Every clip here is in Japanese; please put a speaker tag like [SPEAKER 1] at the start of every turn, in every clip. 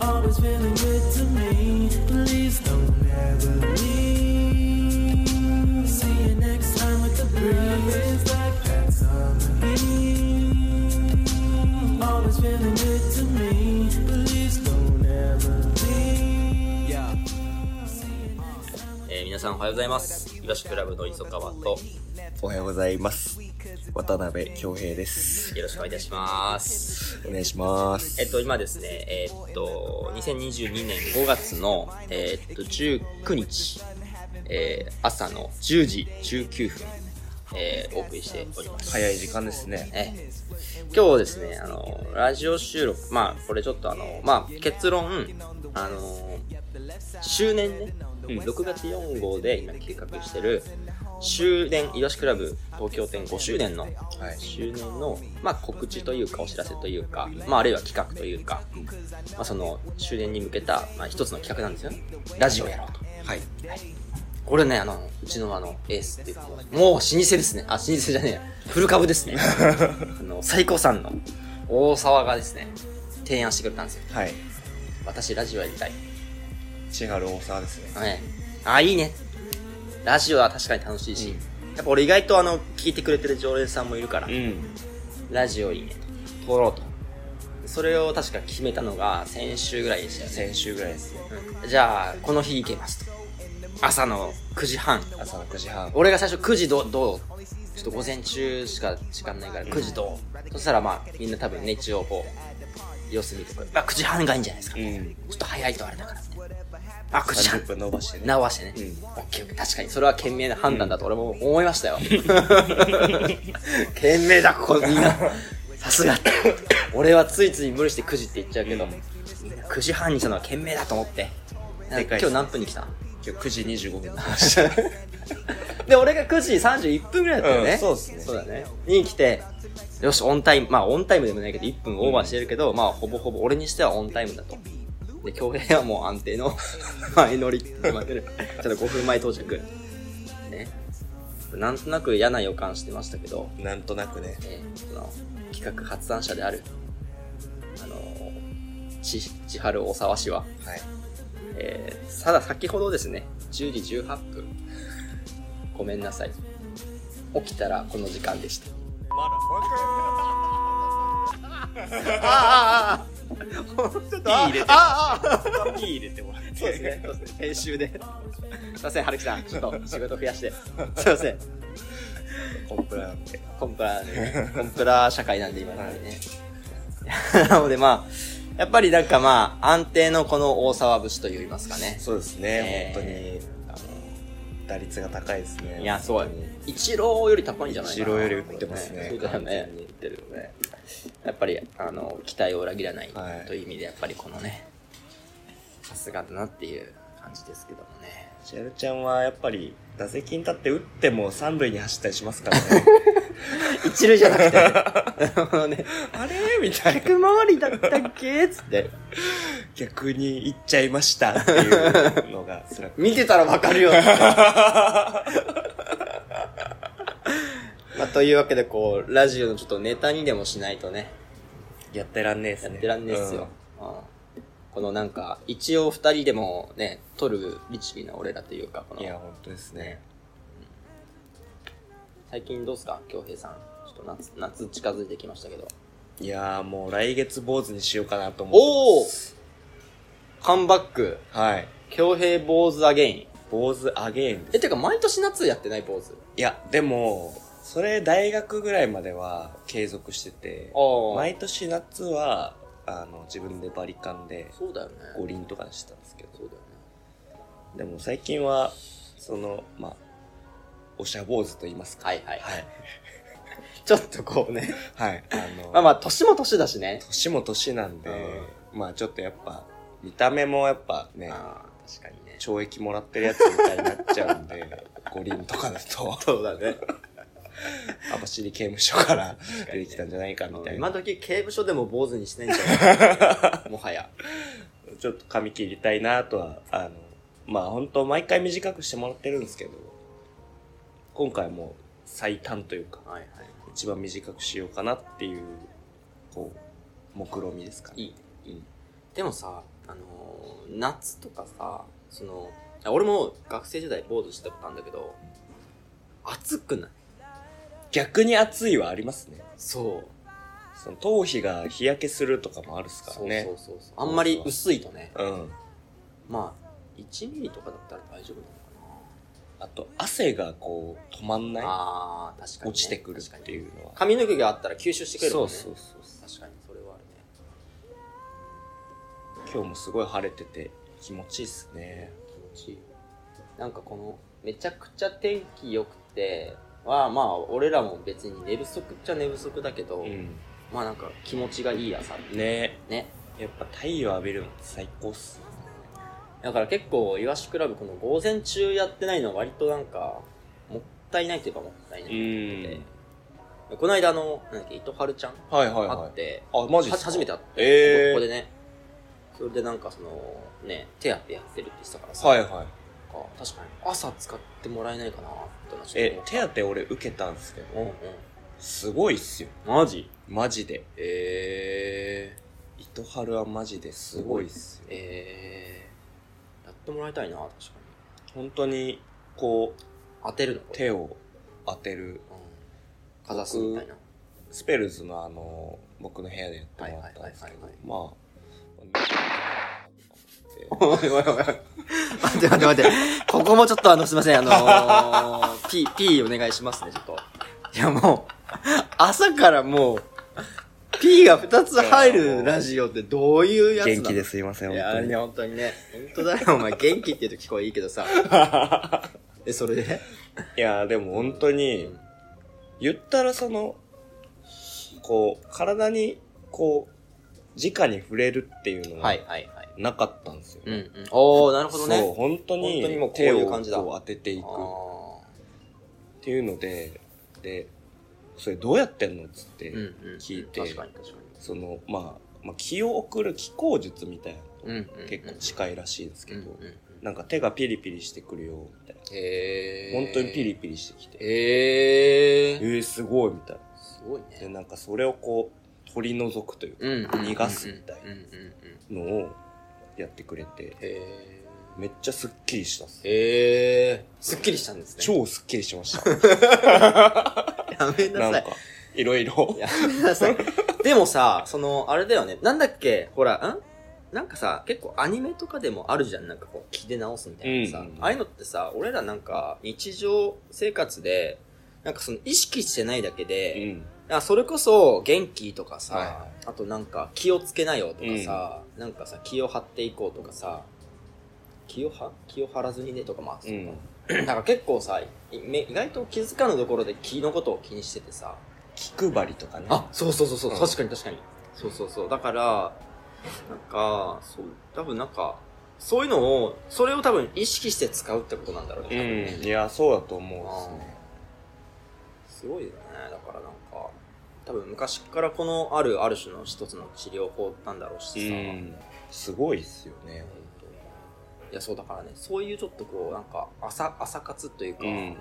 [SPEAKER 1] always feeling good to me. Please don't ever leave. See you next time with the breeze. It's like that summer heat. Always feeling good to me. Please don't ever leave. Yeah.
[SPEAKER 2] えー皆さんおはようございます。イワシクラブの磯川と
[SPEAKER 3] おはようございます。渡辺恭平です。
[SPEAKER 2] よろしくお願いいたします。
[SPEAKER 3] お願いします。
[SPEAKER 2] えっと、今ですね、えっと、2022年5月の、えっと、19日、えー朝の10時19分、えーお送りしております。
[SPEAKER 3] 早い時間ですね。
[SPEAKER 2] ええ今日ですね、あの、ラジオ収録、まあ、これちょっとあの、まあ、結論、あの、周年ね、
[SPEAKER 3] うん
[SPEAKER 2] 6月4号で今計画してる、終電、イワシクラブ東京店5周年の、
[SPEAKER 3] はい。
[SPEAKER 2] 周年の、まあ、告知というかお知らせというか、まあ、あるいは企画というか、まあ、その終電に向けた、まあ、一つの企画なんですよねラジオやろうと
[SPEAKER 3] はい。
[SPEAKER 2] これねあのうちのあのエースっていうかもうもう老舗ですねあ老舗じゃねえや古株です ねあの最高さんの大沢がですね提案してくれたんですよ
[SPEAKER 3] はい。
[SPEAKER 2] 私ラジオやりたい
[SPEAKER 3] 千春大沢ですね。
[SPEAKER 2] はいあいいねラジオは確かに楽しいし、やっぱ俺意外とあの聞いてくれてる常連さんもいるから、
[SPEAKER 3] ん。
[SPEAKER 2] ラジオいいねと撮ろうとそれを確か決めたのが先週ぐらいでしたよね、
[SPEAKER 3] 先週ぐらいですね。
[SPEAKER 2] うんじゃあこの日行けますと朝の9時半
[SPEAKER 3] 朝の9時半。
[SPEAKER 2] 俺が最初9時どうどうちょっと午前中しか時間ないから9時どう、そしたらまあみんな多分ね一応こう様子見てこれ、まあ、9時半がいいんじゃないですか、ち
[SPEAKER 3] ん。
[SPEAKER 2] ょっと早いとあれだからみたいなあ9時半
[SPEAKER 3] 30分伸ばしてね。
[SPEAKER 2] 直してね、
[SPEAKER 3] うん
[SPEAKER 2] オッケーオッケー確かにそれは賢明な判断だと俺も思いましたよ賢明だここみんなさすが俺はついつい無理して9時って言っちゃうけど、
[SPEAKER 3] うん
[SPEAKER 2] みんな9時半にしたのは賢明だと思ってなん
[SPEAKER 3] で
[SPEAKER 2] か
[SPEAKER 3] かいっす
[SPEAKER 2] 今日何分に来た
[SPEAKER 3] 今日9時25分伸ばして。
[SPEAKER 2] で俺が9時31分ぐらいだったよね、
[SPEAKER 3] うんそうっすね
[SPEAKER 2] そうだねに来てよしオンタイムまあオンタイムでもないけど1分オーバーしてるけど、まあほぼほぼ俺にしてはオンタイムだとで恭平はもう安定の 前乗りって決まってるちょっと5分前到着ねなんとなく嫌な予感してましたけど、
[SPEAKER 3] なんとなくね。
[SPEAKER 2] えーその企画発案者であるあのち千春大沢氏は
[SPEAKER 3] はい。
[SPEAKER 2] えーただ先ほどですね、10時18分。ごめんなさい。起きたらこの時間でした。ああああああちょっと、ああああ
[SPEAKER 3] ピー入れてもらって。
[SPEAKER 2] そうですね、そうですね。編集で。すいません、春樹さん。ちょっと仕事増やして。すいません。
[SPEAKER 3] コンプラなんで。
[SPEAKER 2] コンプラ、コンプラ社会なんで今のね。 なのでまあ、やっぱりなんかまあ、安定のこの大沢節といいますかね。
[SPEAKER 3] そうです
[SPEAKER 2] え
[SPEAKER 3] ね。本当
[SPEAKER 2] ー
[SPEAKER 3] に、あの、打率が高いですね。
[SPEAKER 2] いや、すごい
[SPEAKER 3] 本当に。
[SPEAKER 2] 一郎より高いんじゃないかな
[SPEAKER 3] 一郎より打ってますね
[SPEAKER 2] そうだよね。打ってるよね。やっぱり、あの、期待を裏切らない
[SPEAKER 3] はい
[SPEAKER 2] という意味で、やっぱりこのね、さすがだなっていう感じですけどもね。
[SPEAKER 3] 千春ちゃんはやっぱり、打席に立って打っても三塁に走ったりしますか らね。
[SPEAKER 2] 一塁じゃな くて、あのね、
[SPEAKER 3] あれみたいな。
[SPEAKER 2] 逆回りだったっけつって。
[SPEAKER 3] 逆に行っちゃいましたっていうのが辛く。
[SPEAKER 2] 見てたらわか るよ。まあ、というわけで、こう、ラジオのちょっとネタにでもしないとね、
[SPEAKER 3] やってらんねえっす
[SPEAKER 2] や
[SPEAKER 3] ね。
[SPEAKER 2] ってらんねえっすよ。うんこのなんか、一応二人でもね、撮る律儀な俺らというか、こ
[SPEAKER 3] うん。いや、
[SPEAKER 2] の、
[SPEAKER 3] 本当ですね。
[SPEAKER 2] 最近どうっすか京平さん。ちょっと夏、夏近づいてきましたけど。
[SPEAKER 3] いやーもう来月坊主にしようかなと思
[SPEAKER 2] お
[SPEAKER 3] って
[SPEAKER 2] おカムバック。
[SPEAKER 3] ます。はい。
[SPEAKER 2] 京平坊主アゲイン。
[SPEAKER 3] 坊主アゲインです。
[SPEAKER 2] え、てか毎年夏やってない坊主。
[SPEAKER 3] いや、でも、それ大学ぐらいまでは継続してて、
[SPEAKER 2] おー
[SPEAKER 3] 毎年夏は、あの、自分でバリカンで
[SPEAKER 2] そうだよね。
[SPEAKER 3] 五輪とかにしてたんですけど、
[SPEAKER 2] そうだよね。
[SPEAKER 3] でも最近は、その、まあ、おしゃ坊主と言いますか。
[SPEAKER 2] はいはい。
[SPEAKER 3] はい。
[SPEAKER 2] ちょっとこうね。
[SPEAKER 3] はい。あの、
[SPEAKER 2] まあまあ、年も年だしね。
[SPEAKER 3] 年も年なんで、まあちょっとやっぱ、見た目もやっぱね、
[SPEAKER 2] ああ、確かにね。
[SPEAKER 3] 懲役もらってるやつみたいになっちゃうんで、 五輪とかだと、
[SPEAKER 2] そうだね。
[SPEAKER 3] 網走刑務所から出てきたんじゃないかみたい
[SPEAKER 2] 今
[SPEAKER 3] な。
[SPEAKER 2] 時刑務所でも坊主にしてないんじゃ ないもはや。
[SPEAKER 3] ちょっと髪切りたいなとは、あの、まあ本当毎回短くしてもらってるんですけど、今回も最短というか、
[SPEAKER 2] はいはい。
[SPEAKER 3] 一番短くしようかなっていう、こう、目論見みですかね。
[SPEAKER 2] いい。いい。でもさ、あのー夏とかさ、その、あ俺も学生時代ボードしてたことあるんだけど、暑くない
[SPEAKER 3] 逆に暑いはありますね。
[SPEAKER 2] そう。
[SPEAKER 3] その頭皮が日焼けするとかもあるっすから
[SPEAKER 2] そう
[SPEAKER 3] ね。
[SPEAKER 2] そうそうそう。あんまり薄いとね、
[SPEAKER 3] うん。
[SPEAKER 2] まあ、1ミリとかだったら大丈夫なのか
[SPEAKER 3] あと、汗がこう、止まん
[SPEAKER 2] な。
[SPEAKER 3] な
[SPEAKER 2] ああ、確か
[SPEAKER 3] い
[SPEAKER 2] に、ね。
[SPEAKER 3] 落ちてくる
[SPEAKER 2] 確か
[SPEAKER 3] って
[SPEAKER 2] に。
[SPEAKER 3] いうのは。
[SPEAKER 2] 髪の毛があったら吸収してくれるもんね。
[SPEAKER 3] そうそう
[SPEAKER 2] そう。確かに、それはあるね。
[SPEAKER 3] 今日もすごい晴れてて気持ちいいっすね。
[SPEAKER 2] 気持ちいいよなんかこのめちゃくちゃ天気良くてはまあ俺らも別に寝不足っちゃ寝不足だけど、
[SPEAKER 3] うん。
[SPEAKER 2] まあなんか気持ちがいい朝
[SPEAKER 3] ね
[SPEAKER 2] ね
[SPEAKER 3] やっぱ太陽浴びるのって最高っす。
[SPEAKER 2] だから結構イワシクラブこの午前中やってないのは割となんかもったいないといえばもったいない、
[SPEAKER 3] ん
[SPEAKER 2] この間あのなんだっけ糸春ちゃん
[SPEAKER 3] はいは
[SPEAKER 2] 会
[SPEAKER 3] いは
[SPEAKER 2] っ
[SPEAKER 3] い。
[SPEAKER 2] て、
[SPEAKER 3] あ、マジっ
[SPEAKER 2] は
[SPEAKER 3] すか
[SPEAKER 2] 初めて会って、
[SPEAKER 3] えー
[SPEAKER 2] ここでねそれでなんかそのね手当てやってるって言ってたからさ、
[SPEAKER 3] はいはい。
[SPEAKER 2] なんか確かに朝使ってもらえないかなってのはちょっと
[SPEAKER 3] え
[SPEAKER 2] 思っ、た
[SPEAKER 3] 手当て俺受けたんですけど、
[SPEAKER 2] うんうん
[SPEAKER 3] すごいっすよ。
[SPEAKER 2] マジ
[SPEAKER 3] マジで。えー。糸春はマジですごいっすよ。
[SPEAKER 2] えー、やってもらいたいな、確かに。
[SPEAKER 3] 本当に、こう、
[SPEAKER 2] 当てるのこれ。
[SPEAKER 3] 手を当てる、
[SPEAKER 2] うん。かざすみたいな。
[SPEAKER 3] スペルズのあの、僕の部屋でやってもらったんですけど
[SPEAKER 2] はいはい、
[SPEAKER 3] まあ、
[SPEAKER 2] おいおいおい。待って待って待って。ここもちょっとあの、すいません、あの ー、P、P お願いしますね、ちょっと。いやもう、朝からもう、P が2つ入るラジオってどういうやつなの
[SPEAKER 3] 元気ですいませ
[SPEAKER 2] い
[SPEAKER 3] ん、本
[SPEAKER 2] や、
[SPEAKER 3] 当に
[SPEAKER 2] ね、。本当にね。本当だよ、お前。元気って言うと聞こえいいけ どさ。え、それで
[SPEAKER 3] いやでも本当に、言ったらその、こう、体に、こう、直に触れるっていうの
[SPEAKER 2] は、
[SPEAKER 3] はい
[SPEAKER 2] はい、はい。
[SPEAKER 3] なかったんですよ。
[SPEAKER 2] うん、うん。おー、なるほどね。
[SPEAKER 3] そう、本
[SPEAKER 2] 本当
[SPEAKER 3] 当
[SPEAKER 2] にもう
[SPEAKER 3] に
[SPEAKER 2] こう
[SPEAKER 3] 手
[SPEAKER 2] い
[SPEAKER 3] を
[SPEAKER 2] う
[SPEAKER 3] こ
[SPEAKER 2] 感
[SPEAKER 3] う
[SPEAKER 2] じだ
[SPEAKER 3] 当てていくっ
[SPEAKER 2] あ
[SPEAKER 3] ていうので、で、それどうやってんのっつって
[SPEAKER 2] ーうんうん
[SPEAKER 3] 聞いて、
[SPEAKER 2] 確かに確かに
[SPEAKER 3] その、まあ、まあ、気を送る気功術みたいな
[SPEAKER 2] うんうんうん
[SPEAKER 3] 結構近いらしいんですけど、
[SPEAKER 2] うんうんうん
[SPEAKER 3] なんか手がピリピリしてくるよ、みたいな。
[SPEAKER 2] へー
[SPEAKER 3] 本当にピリピリしてきて、
[SPEAKER 2] へ
[SPEAKER 3] え
[SPEAKER 2] え
[SPEAKER 3] ー、すごい、みたいな。
[SPEAKER 2] すごい
[SPEAKER 3] で
[SPEAKER 2] ね
[SPEAKER 3] なんかそれをこう取り除くというか
[SPEAKER 2] うん
[SPEAKER 3] 逃がすみたい
[SPEAKER 2] うんうんうんうん
[SPEAKER 3] のをやってくれて
[SPEAKER 2] へ
[SPEAKER 3] めっちゃすっきりしたっす
[SPEAKER 2] ーへーすっきりしたんですね
[SPEAKER 3] 超すっきりしました
[SPEAKER 2] やめ
[SPEAKER 3] なんかいろいろ
[SPEAKER 2] やめなさいでもさそのあれだよねなんだっけほらんなんかさ結構アニメとかでもあるじゃんなんかこう気で直すみたいなさ、
[SPEAKER 3] うんうんうん
[SPEAKER 2] ああいうのってさ俺らなんか日常生活でなんかその意識してないだけで、
[SPEAKER 3] うん
[SPEAKER 2] あそれこそ元気とかさ、
[SPEAKER 3] はいは
[SPEAKER 2] あとなんか気をつけなよとかさ、なんかさ気を張っていこうとかさ気をは気を張らずにねとかまあ、
[SPEAKER 3] う
[SPEAKER 2] そうん なんか結構さいめ意外と気づかぬところで気のことを気にしててさ
[SPEAKER 3] 気配りとかね
[SPEAKER 2] あそうそうそうそう、
[SPEAKER 3] うん
[SPEAKER 2] 確かに確かにそうそうそうだからなんかそう多分なんかそういうのをそれを多分意識して使うってことなんだろう
[SPEAKER 3] う
[SPEAKER 2] ね、多分
[SPEAKER 3] ん
[SPEAKER 2] ね
[SPEAKER 3] いやそうだと思うっすね
[SPEAKER 2] すごいよねだからなんか多分昔からこのあるある種の一つの治療法なんだろうしさ、
[SPEAKER 3] うんすごいっすよね
[SPEAKER 2] 本当にいやそうだからねそういうちょっとこうなんか朝朝活というか、
[SPEAKER 3] うん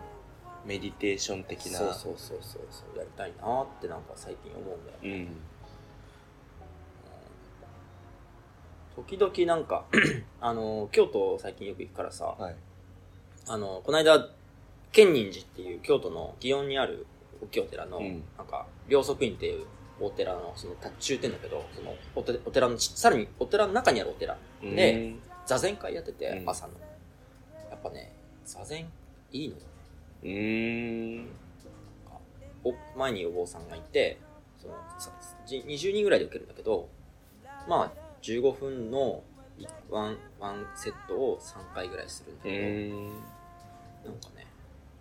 [SPEAKER 3] メディテーション的な
[SPEAKER 2] そうそうそうそうそうやりたいなってなんか最近思うんだよね
[SPEAKER 3] うん
[SPEAKER 2] 時々なんか あの京都最近よく行くからさ
[SPEAKER 3] はい
[SPEAKER 2] あのこの間建仁寺っていう京都の祇園にある大きいお寺の、
[SPEAKER 3] うん
[SPEAKER 2] なんか両足院っていうお寺のその達中って言うんだけどそのおてお寺のちさらにお寺の中にあるお寺で座禅会やってて、
[SPEAKER 3] うん
[SPEAKER 2] 朝のやっぱね座禅いいのよ
[SPEAKER 3] うんうん
[SPEAKER 2] お前にお坊さんがいてそのさじ20人ぐらいで受けるんだけどまあ15分のいワンワンセットを3回ぐらいするんだ
[SPEAKER 3] う
[SPEAKER 2] けど、
[SPEAKER 3] ん
[SPEAKER 2] なんかね、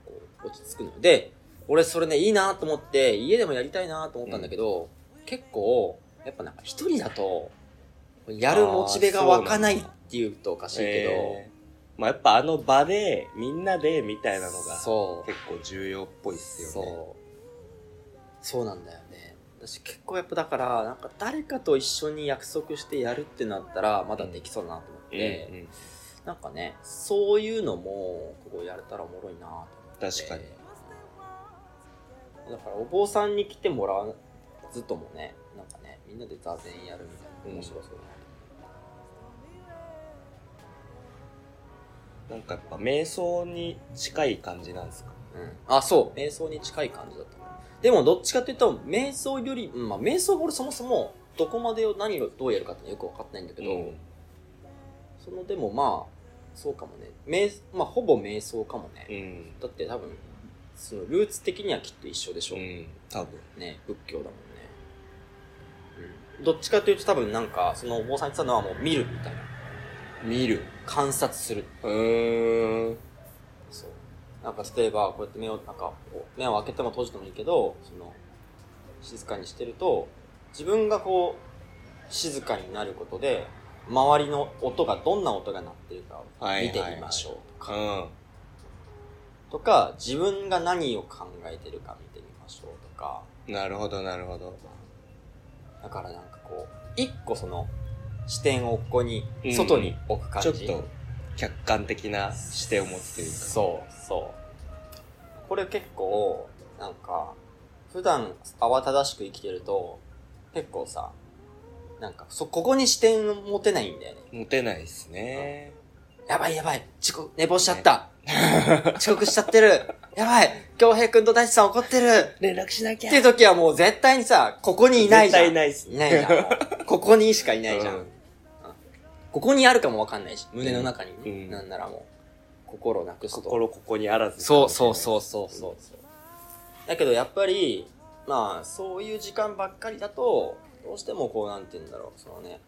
[SPEAKER 2] こう落ち着くの。で、俺それね、いいなと思って、家でもやりたいなと思ったんだけど、結構、やっぱなんか一人だと、やるモチベが湧かないっていうとおかしいけど、
[SPEAKER 3] えーまあやっぱあの場でみんなでみたいなのが
[SPEAKER 2] そう、
[SPEAKER 3] 結構重要っぽいっすよね
[SPEAKER 2] そう。そうなんだよね。私結構やっぱだから、なんか誰かと一緒に約束してやるってなったら、まだできそうだなと思って、
[SPEAKER 3] うんうん
[SPEAKER 2] なんかね、そういうのも、ここやれたらおもろいなと
[SPEAKER 3] 確かに、
[SPEAKER 2] えーだからお坊さんに来てもらうずっともねなんかねみんなで座禅やるみたいな
[SPEAKER 3] うん
[SPEAKER 2] 面白そうだな、
[SPEAKER 3] なんかやっぱ瞑想に近い感じなんですか
[SPEAKER 2] うんあ、そう。瞑想に近い感じだったね。でも、どっちかっていうと、瞑想より、うんまあ、瞑想は俺そもそも、どこまでを何をどうやるかってよく分かってないんだけど、その、でもまあ、そうかもね。瞑、まあ、ほぼ瞑想かもね。
[SPEAKER 3] うん。
[SPEAKER 2] だって多分、その、ルーツ的にはきっと一緒でしょ。
[SPEAKER 3] うん。多分。
[SPEAKER 2] ね、仏教だもんね。うん。どっちかというと多分なんか、そのお坊さん言ってたのはもう見るみたいな。
[SPEAKER 3] 見る。
[SPEAKER 2] 観察する。
[SPEAKER 3] うーん。
[SPEAKER 2] そう。なんか例えば、こうやって目を、なんかこう、目を開けても閉じてもいいけど、その、静かにしてると、自分がこう、静かになることで、周りの音がどんな音が鳴ってるかを見てみましょうとか、
[SPEAKER 3] うん。
[SPEAKER 2] とか、自分が何を考えてるか見てみましょうとか、
[SPEAKER 3] なるほど、なるほど。
[SPEAKER 2] だからなんかこう、一個その、視点をここに、外に置く感
[SPEAKER 3] ち
[SPEAKER 2] じ。
[SPEAKER 3] ょっと、客観的な視点を持つというか。
[SPEAKER 2] そう、そう。これ結構、なんか、普段慌ただしく生きてると、結構さ、なんか、そ、ここに視点を持てないんだよね。
[SPEAKER 3] 持てないですね。
[SPEAKER 2] やばいやばい遅刻、寝坊しちゃ った、遅刻しちゃってるやばい京平くんと大地さん怒ってる
[SPEAKER 3] 連絡しなき
[SPEAKER 2] っていう時はもう絶対にさ、ここにいないじゃん。
[SPEAKER 3] 絶対いないっす
[SPEAKER 2] いないじゃんもう。ここにしかいないじゃん。
[SPEAKER 3] うん
[SPEAKER 2] ここにあるかもわかんないし、胸の中にね、
[SPEAKER 3] うん
[SPEAKER 2] なんならもう、心なくすと。
[SPEAKER 3] 心ここにあらず。
[SPEAKER 2] そうそうそうそうそうそう。だけどやっぱり、まあ、そういう時間ばっかりだと、どうしてもこう、なんて言うんだろう、そのね、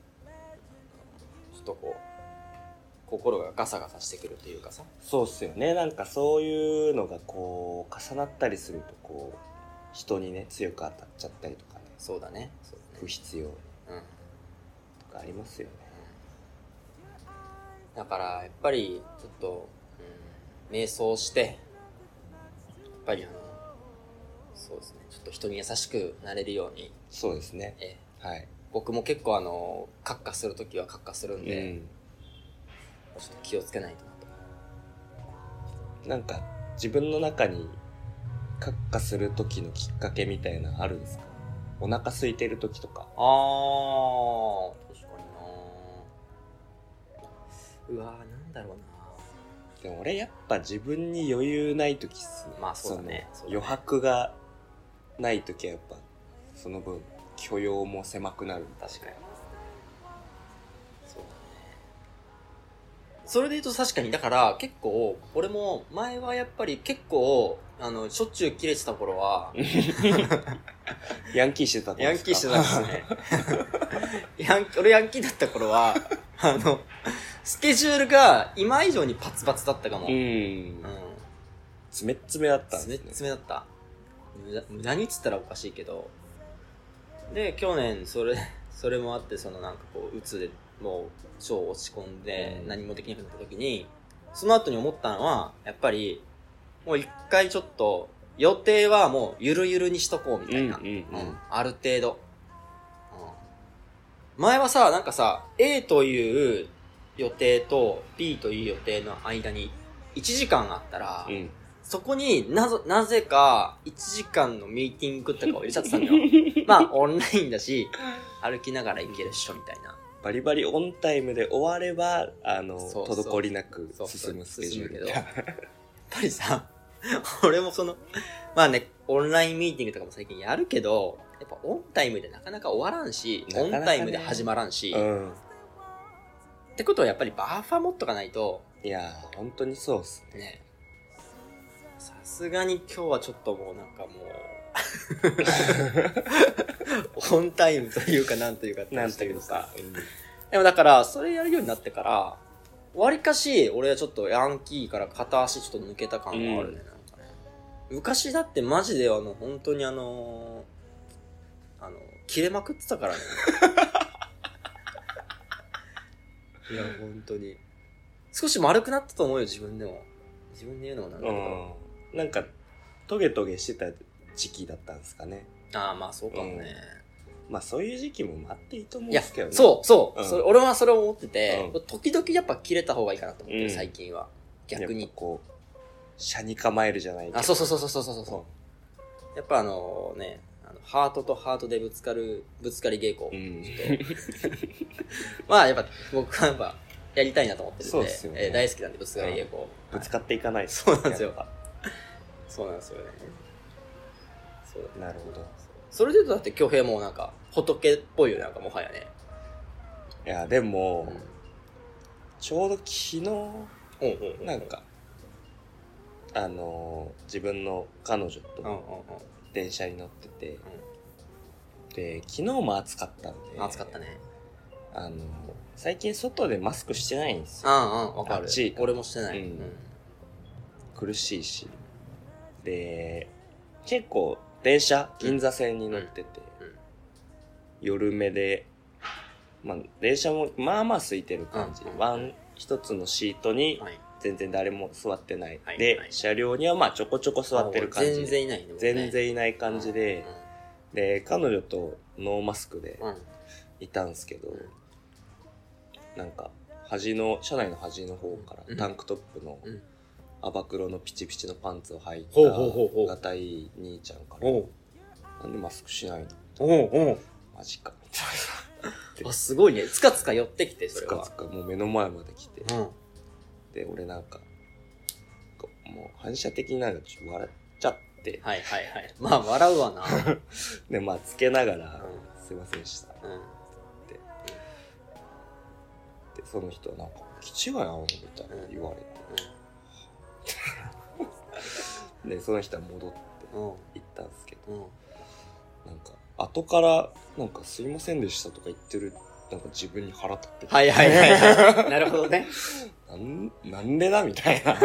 [SPEAKER 2] ちょっとこう、心がガサガサしてくるというかさ。
[SPEAKER 3] そうっすよね。なんかそういうのがこう、重なったりするとこう、人にね、強く当たっちゃったりとかね、
[SPEAKER 2] そうだね。そうだ
[SPEAKER 3] 不
[SPEAKER 2] ね。
[SPEAKER 3] 必要
[SPEAKER 2] うん。
[SPEAKER 3] とかありますよね。
[SPEAKER 2] だから、やっぱり、ちょっと、うん、瞑想して、やっぱりあの、そうですね、ちょっと人に優しくなれるように、
[SPEAKER 3] そうですね。
[SPEAKER 2] え
[SPEAKER 3] はい。
[SPEAKER 2] 僕も結構あの、カッカするときはカッカするんで、
[SPEAKER 3] うん。
[SPEAKER 2] ちょっと気をつけないとなと。
[SPEAKER 3] なんか、自分の中に、カッカする時のきっかけみたいなのあるんですかお腹空いてる時とか。
[SPEAKER 2] あー、確かになうわー、なんだろう
[SPEAKER 3] でも俺やっぱ自分に余裕ない時っすね。
[SPEAKER 2] まあそうだね
[SPEAKER 3] そ
[SPEAKER 2] そう
[SPEAKER 3] の
[SPEAKER 2] だね
[SPEAKER 3] 余白がない時はやっぱ、その分、許容も狭くなる。
[SPEAKER 2] な確かに。そうだね。それで言うと確かに、だから結構、俺も前はやっぱり結構、あの、しょっちゅう切れてた頃は、
[SPEAKER 3] ヤンキーしてた
[SPEAKER 2] ヤンキーして
[SPEAKER 3] た
[SPEAKER 2] たんです ね。ヤンキー俺ヤンキーだった頃は、あの、スケジュールが今以上にパツパツだったかも。
[SPEAKER 3] う
[SPEAKER 2] うん。
[SPEAKER 3] ん。爪っ爪だったん
[SPEAKER 2] 爪
[SPEAKER 3] ですね。
[SPEAKER 2] 爪だった無駄無駄にっつったらおかしいけどで去年それ それもあってそのなんかこううつでもう超落ち込んで
[SPEAKER 3] うん
[SPEAKER 2] 何もできなくなった時にその後に思ったのはやっぱりもう一回ちょっと予定はもうゆるゆるにしとこうみたいな、
[SPEAKER 3] うんうんうん
[SPEAKER 2] ある程度、うん前はさなんかさ A という予定と B という予定の間に1時間あったら、
[SPEAKER 3] うん。
[SPEAKER 2] そこになぞ、なぜか、1時間のミーティングとかを入れちゃって たんだよ。まあ、オンラインだし、歩きながら行けるっしょ、みたいな。
[SPEAKER 3] バリバリオンタイムで終われば、あの、
[SPEAKER 2] そうそう
[SPEAKER 3] 滞りなく
[SPEAKER 2] そう
[SPEAKER 3] 進むスケジュール
[SPEAKER 2] 進むけどやっぱりさ、俺もその、まあね、オンラインミーティングとかも最近やるけど、やっぱオンタイムでなかなか終わらんし、
[SPEAKER 3] なかなかね
[SPEAKER 2] オンタイムで始まらんし、
[SPEAKER 3] うん。
[SPEAKER 2] ってことはやっぱりバッファ持っとかないと、
[SPEAKER 3] いやー、本当にそうっすね。
[SPEAKER 2] ね、さすがに今日はちょっともうなんかもう、 オンタイムというかなんというかって
[SPEAKER 3] な
[SPEAKER 2] 感
[SPEAKER 3] ん
[SPEAKER 2] じだ
[SPEAKER 3] て
[SPEAKER 2] け
[SPEAKER 3] いう
[SPEAKER 2] ど
[SPEAKER 3] の
[SPEAKER 2] さ
[SPEAKER 3] か。。うん
[SPEAKER 2] でもだから、それやるようになってから、わりかし、俺はちょっとヤンキーから片足ちょっと抜けた感があるね、
[SPEAKER 3] うん
[SPEAKER 2] なんかね。昔だってマジであの、本当にあのーあの、切れまくってたからね。いや、本当に。少し丸くなったと思うよ、自分でも。自分で言うのもなんだけど。
[SPEAKER 3] うん。なんか、トゲトゲしてた時期だったんですかね。
[SPEAKER 2] ああ、まあそうかもね。
[SPEAKER 3] まあそういう時期も待っていいと思うん
[SPEAKER 2] い
[SPEAKER 3] で
[SPEAKER 2] や、
[SPEAKER 3] すけどね。
[SPEAKER 2] そう、そう、
[SPEAKER 3] うん
[SPEAKER 2] それ俺はそれを思ってて、
[SPEAKER 3] う
[SPEAKER 2] 時々やっぱ切れた方がいいかなと思ってる、
[SPEAKER 3] うん
[SPEAKER 2] 最近は。
[SPEAKER 3] やっぱ
[SPEAKER 2] 逆に。
[SPEAKER 3] こう、車に構えるじゃないけど
[SPEAKER 2] あ、そうそうそうそうそうそうそう。やっぱあのね、あのハートとハートでぶつかる、ぶつかり稽古。
[SPEAKER 3] うん。
[SPEAKER 2] まあやっぱ僕はやっぱ、やりたいなと思ってるん
[SPEAKER 3] そう
[SPEAKER 2] で
[SPEAKER 3] ですよね
[SPEAKER 2] えー大好きなんでぶつかり稽古、
[SPEAKER 3] ぶつかっていかない
[SPEAKER 2] そうなんですよ
[SPEAKER 3] やっぱ
[SPEAKER 2] そうなんですよねそうだね
[SPEAKER 3] なるほど
[SPEAKER 2] それで言うとだって恭平もなんか仏っぽいよねなんかもはやね
[SPEAKER 3] いやでも、
[SPEAKER 2] うん
[SPEAKER 3] ちょうど昨日
[SPEAKER 2] うんうんうん
[SPEAKER 3] なんか、あのー自分の彼
[SPEAKER 2] う
[SPEAKER 3] 女
[SPEAKER 2] んうん
[SPEAKER 3] と電車に乗ってて、で昨日も暑かったん
[SPEAKER 2] う
[SPEAKER 3] で
[SPEAKER 2] ん暑かったね
[SPEAKER 3] あのー最近外でマスクしてないんです
[SPEAKER 2] う
[SPEAKER 3] よ
[SPEAKER 2] んうんわかる
[SPEAKER 3] 暑いから
[SPEAKER 2] 俺もしてない、う
[SPEAKER 3] う
[SPEAKER 2] んん
[SPEAKER 3] 苦しいしで結構電車銀座線に乗ってて、
[SPEAKER 2] うんうん
[SPEAKER 3] 夜目で、まあ、電車もまあまあ空いてる感じ、
[SPEAKER 2] うん
[SPEAKER 3] ワン一つのシートに
[SPEAKER 2] はい、
[SPEAKER 3] 全然誰も座ってない、
[SPEAKER 2] はい
[SPEAKER 3] で、
[SPEAKER 2] はい
[SPEAKER 3] 車両にはまあちょこちょこ座ってる感じ
[SPEAKER 2] 全然いないね
[SPEAKER 3] 全然いない感じで、で彼女とノーマスクで
[SPEAKER 2] うんうん
[SPEAKER 3] いたんですけど、
[SPEAKER 2] うん
[SPEAKER 3] なんか端の車内の端の方か
[SPEAKER 2] う
[SPEAKER 3] ら
[SPEAKER 2] ん
[SPEAKER 3] タンクトップの
[SPEAKER 2] うん
[SPEAKER 3] アバクロのピチピチのパンツを履い
[SPEAKER 2] ほうほうほうほう
[SPEAKER 3] たがたい兄ちゃんから
[SPEAKER 2] おう
[SPEAKER 3] 「なんでマスクしないの
[SPEAKER 2] おうおう
[SPEAKER 3] マジか」みたい
[SPEAKER 2] あすごいねつかつか寄ってきて
[SPEAKER 3] な
[SPEAKER 2] そ
[SPEAKER 3] つ
[SPEAKER 2] れ
[SPEAKER 3] か
[SPEAKER 2] は
[SPEAKER 3] つかもう目の前まで来て
[SPEAKER 2] うん
[SPEAKER 3] で俺なんかこうもう反射的になんかちょっと笑っちゃって
[SPEAKER 2] はいはいはいまあ笑うわ な、
[SPEAKER 3] でまあつけながら
[SPEAKER 2] う
[SPEAKER 3] 「すいませんでした」
[SPEAKER 2] んうん
[SPEAKER 3] でその人はなんか「気違いあんの?」みたいな言われてでその人は戻って
[SPEAKER 2] うん
[SPEAKER 3] 行ったんですけど
[SPEAKER 2] うん
[SPEAKER 3] なんか後からなんか「すいませんでした」とか言ってるなんか自分に腹立ってて
[SPEAKER 2] はいはいはい はいなるほどね
[SPEAKER 3] なんなんでだみたいな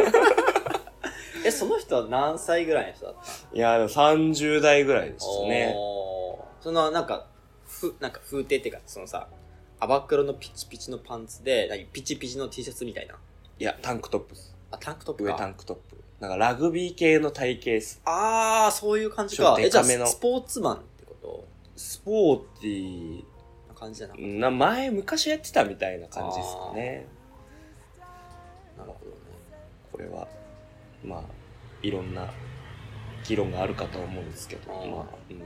[SPEAKER 2] えその人は何歳ぐらいの人だった
[SPEAKER 3] いやでも30代ぐらいでしたね
[SPEAKER 2] おーそのなんかふなんか風景っていうかそのさアバクロのピチピチのパンツで何ピチピチの T シャツみたいない
[SPEAKER 3] やタンクトップっす
[SPEAKER 2] あタンクトップ
[SPEAKER 3] 上タ
[SPEAKER 2] か
[SPEAKER 3] ンクトップなんかラグビー系の体型っす
[SPEAKER 2] ああそういう感じ
[SPEAKER 3] ちょっ
[SPEAKER 2] か
[SPEAKER 3] と
[SPEAKER 2] え
[SPEAKER 3] デ
[SPEAKER 2] じゃ
[SPEAKER 3] カ
[SPEAKER 2] あ
[SPEAKER 3] めの
[SPEAKER 2] スポーツマンってこと
[SPEAKER 3] スポーティ
[SPEAKER 2] な感じじゃな
[SPEAKER 3] ーな前昔やってたみたいな感じですかね
[SPEAKER 2] なるほどね
[SPEAKER 3] これはまあいろんな議論があるかと思うんですけど
[SPEAKER 2] あー
[SPEAKER 3] まあ、うん、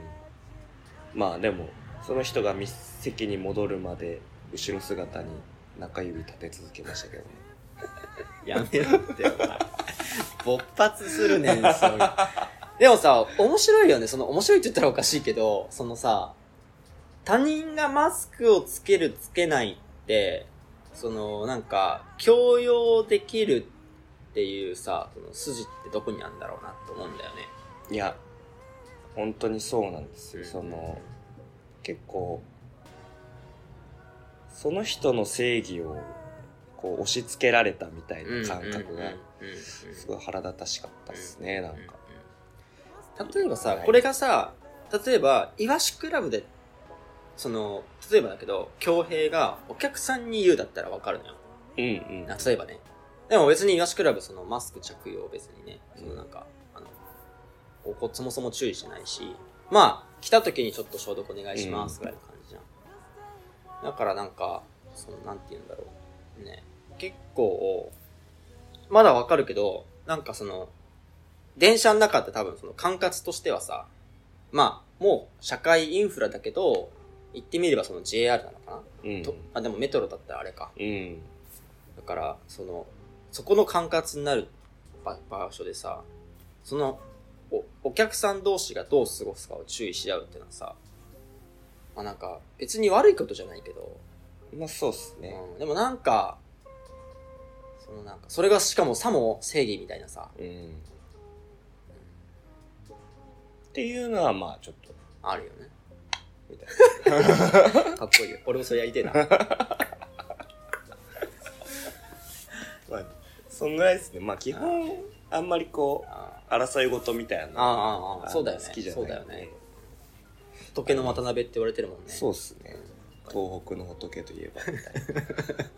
[SPEAKER 3] まあでもその人が密席に戻るまで後ろ姿に中指立て続けましたけどね
[SPEAKER 2] やめろってお前勃発するねんそういうでもさ面白いよねその面白いって言ったらおかしいけどそのさ他人がマスクをつけるつけないってそのなんか強要できるっていうさその筋ってどこにあるんだろうなって思うんだよね
[SPEAKER 3] いや本当にそうなんですよ、
[SPEAKER 2] うん
[SPEAKER 3] その結構その人の正義をこう押し付けられたみたいな感覚がすごい腹立たしかったですね、なんか、
[SPEAKER 2] 例えばさ、
[SPEAKER 3] はい
[SPEAKER 2] これがさ例えばイワシクラブでその例えばだけど恭平がお客さんに言うだったらわかるのよ
[SPEAKER 3] うんうん
[SPEAKER 2] 例えばねでも別にイワシクラブそのマスク着用別にねそのなんか、あのおこそもそも注意しないしまあ来た時にちょっと消毒お願いしますぐらいの感じじゃん、だからなんかそのなんて言うんだろうね結構まだわかるけどなんかその電車の中って多分その管轄としてはさまあもう社会インフラだけど言ってみればその JR なのかな、
[SPEAKER 3] うん
[SPEAKER 2] とあでもメトロだったらあれか
[SPEAKER 3] うん
[SPEAKER 2] だから、その、そこの管轄になるば場所でさ、その、お、お客さん同士がどう過ごすかを注意し合うっていうのはさ、まあなんか、別に悪いことじゃないけど、
[SPEAKER 3] まあそうっすね
[SPEAKER 2] うん、でもなんか、そのなんか、それがしかもさも正義みたいなさ、
[SPEAKER 3] うん、っていうのはまあちょっと
[SPEAKER 2] あるよね。
[SPEAKER 3] みたい
[SPEAKER 2] かっこいいよ。俺もそれやりてえな。
[SPEAKER 3] な、まあ、そんぐらいですねまあ基本あんまりこ
[SPEAKER 2] あ
[SPEAKER 3] う争い事みたい
[SPEAKER 2] ーあー、
[SPEAKER 3] な
[SPEAKER 2] あーあー、そうだよね。
[SPEAKER 3] 好きじゃない
[SPEAKER 2] そうだよね。仏の渡辺って言われてるもんね。
[SPEAKER 3] そうっすね東北の仏といえばみたいな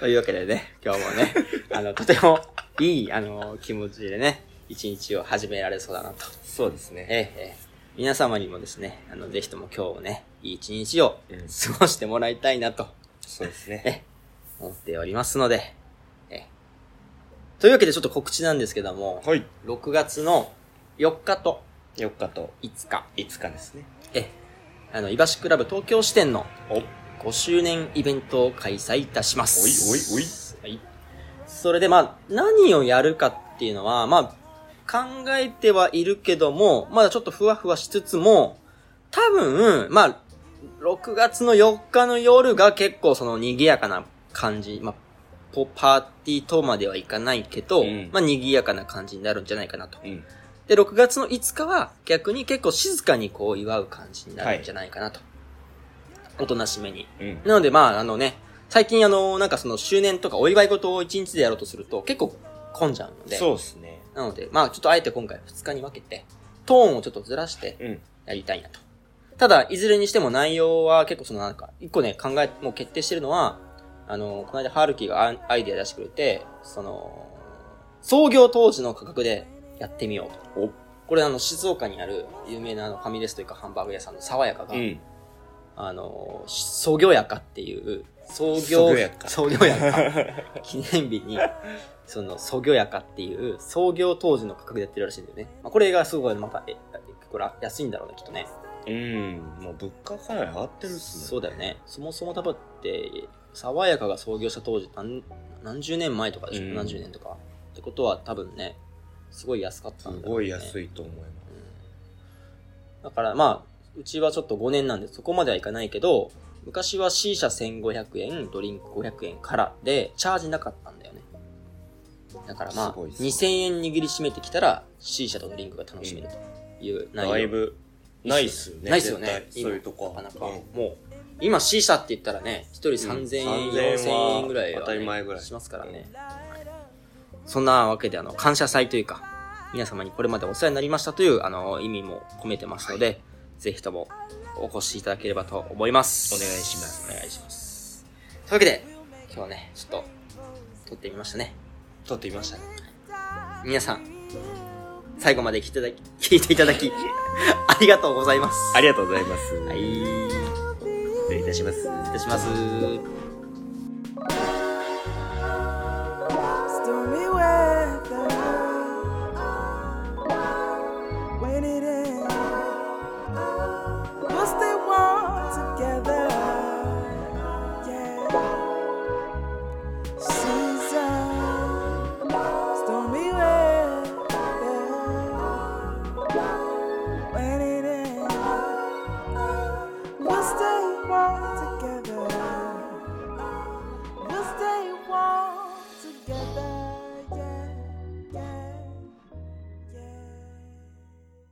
[SPEAKER 2] というわけでね、今日も ね、あの、とてもいい、あの、気持ちでね、一日を始められそうだなと。
[SPEAKER 3] そうですね。
[SPEAKER 2] ええ、ええ皆様にもですね、あの、ぜひとも今日をね、いい一日を
[SPEAKER 3] うん
[SPEAKER 2] 過ごしてもらいたいなと
[SPEAKER 3] そうですね。
[SPEAKER 2] え思っておりますので、ええというわけでちょっと告知なんですけども、
[SPEAKER 3] はい。
[SPEAKER 2] 6月の4日と
[SPEAKER 3] 4日と
[SPEAKER 2] 5日、
[SPEAKER 3] 5日ですね。
[SPEAKER 2] ええあの、いばしクラブ東京支店の
[SPEAKER 3] お
[SPEAKER 2] 5周年イベントを開催いたします。
[SPEAKER 3] おいおい
[SPEAKER 2] はい。それでまあ、何をやるかっていうのは、まあ、考えてはいるけども、まだちょっとふわふわしつつも、多分、まあ、6月の4日の夜が結構その賑やかな感じ、まあ、ポパーティーとまではいかないけど、
[SPEAKER 3] うん
[SPEAKER 2] まあ賑やかな感じになるんじゃないかなと。
[SPEAKER 3] うん。
[SPEAKER 2] で、6月の5日は逆に結構静かにこう祝う感じになるんじゃないかなと。おとなしめに。
[SPEAKER 3] うん。
[SPEAKER 2] なので、まあ、あのね、最近あの、なんかその周年とかお祝い事を1日でやろうとすると結構混んじゃうので。
[SPEAKER 3] そうですね。
[SPEAKER 2] なので、まあ、ちょっとあえて今回2日に分けて、トーンをちょっとずらして
[SPEAKER 3] うん。
[SPEAKER 2] やりたいなと。ただ、いずれにしても内容は結構そのなんか、一個ね、考え、もう決定してるのは、あの、この間ハルキがアアイデア出してくれて、その、創業当時の価格でやってみようと。
[SPEAKER 3] お、
[SPEAKER 2] これあの、静岡にある有名なあのファミレスというかハンバーグ屋さんの爽やかが、
[SPEAKER 3] うん。
[SPEAKER 2] あの、創業やかっていう、創業、
[SPEAKER 3] 創業やか
[SPEAKER 2] 創業や か記念日に、その、創業やかっていう、創業当時の価格でやってるらしいんだよね。まあ、これがすごいまた、え、これ安いんだろうね、きっとね。
[SPEAKER 3] うん。もう物価かなり上がってるっすね。
[SPEAKER 2] そうだよね。そもそも多分って、爽やかが創業した当時、何何十年前とかでしょ、
[SPEAKER 3] うん
[SPEAKER 2] 何十年とか。ってことは多分ね、すごい安かった
[SPEAKER 3] す
[SPEAKER 2] んだろ
[SPEAKER 3] ご
[SPEAKER 2] うね。
[SPEAKER 3] い安いと思います。
[SPEAKER 2] だからまあ、うちはちょっと5年なんでそこまではいかないけど、昔は C 社1500円、ドリンク500円からで、チャージなかったんだよね。だからますあ、
[SPEAKER 3] ごいっすね
[SPEAKER 2] 2000円握りしめてきたら C 社とドリンクが楽しめるという内容。
[SPEAKER 3] だいぶ、ないっすよね。
[SPEAKER 2] ないっすよね
[SPEAKER 3] 絶。対
[SPEAKER 2] 今
[SPEAKER 3] そういうとこは。
[SPEAKER 2] なかなか
[SPEAKER 3] うん
[SPEAKER 2] もう、今 C 社って言ったらね、一人3000円、
[SPEAKER 3] 3000円
[SPEAKER 2] 4000円ぐらいは、ね、
[SPEAKER 3] 当たり前ぐらい
[SPEAKER 2] しますからね。そんなわけで、あの、感謝祭というか、皆様にこれまでお世話になりましたという、あの、意味も込めてますので、ぜひともお越しいただければと思います。
[SPEAKER 3] お願いします
[SPEAKER 2] お願いします。というわけで、今日はね、ちょっと、撮ってみましたね。
[SPEAKER 3] 撮ってみましたね。
[SPEAKER 2] 皆さん、最後まで聞いていただき、聞いていただき、 ありがとうございます。
[SPEAKER 3] ありがとうございます。
[SPEAKER 2] は。
[SPEAKER 3] はい
[SPEAKER 2] 失
[SPEAKER 3] 失礼いたします。
[SPEAKER 2] 礼します。
[SPEAKER 1] stormy weather. When it ends, we'll stay warm together. Yeah. Season, stormy weather. When it ends, we'll stay warm together.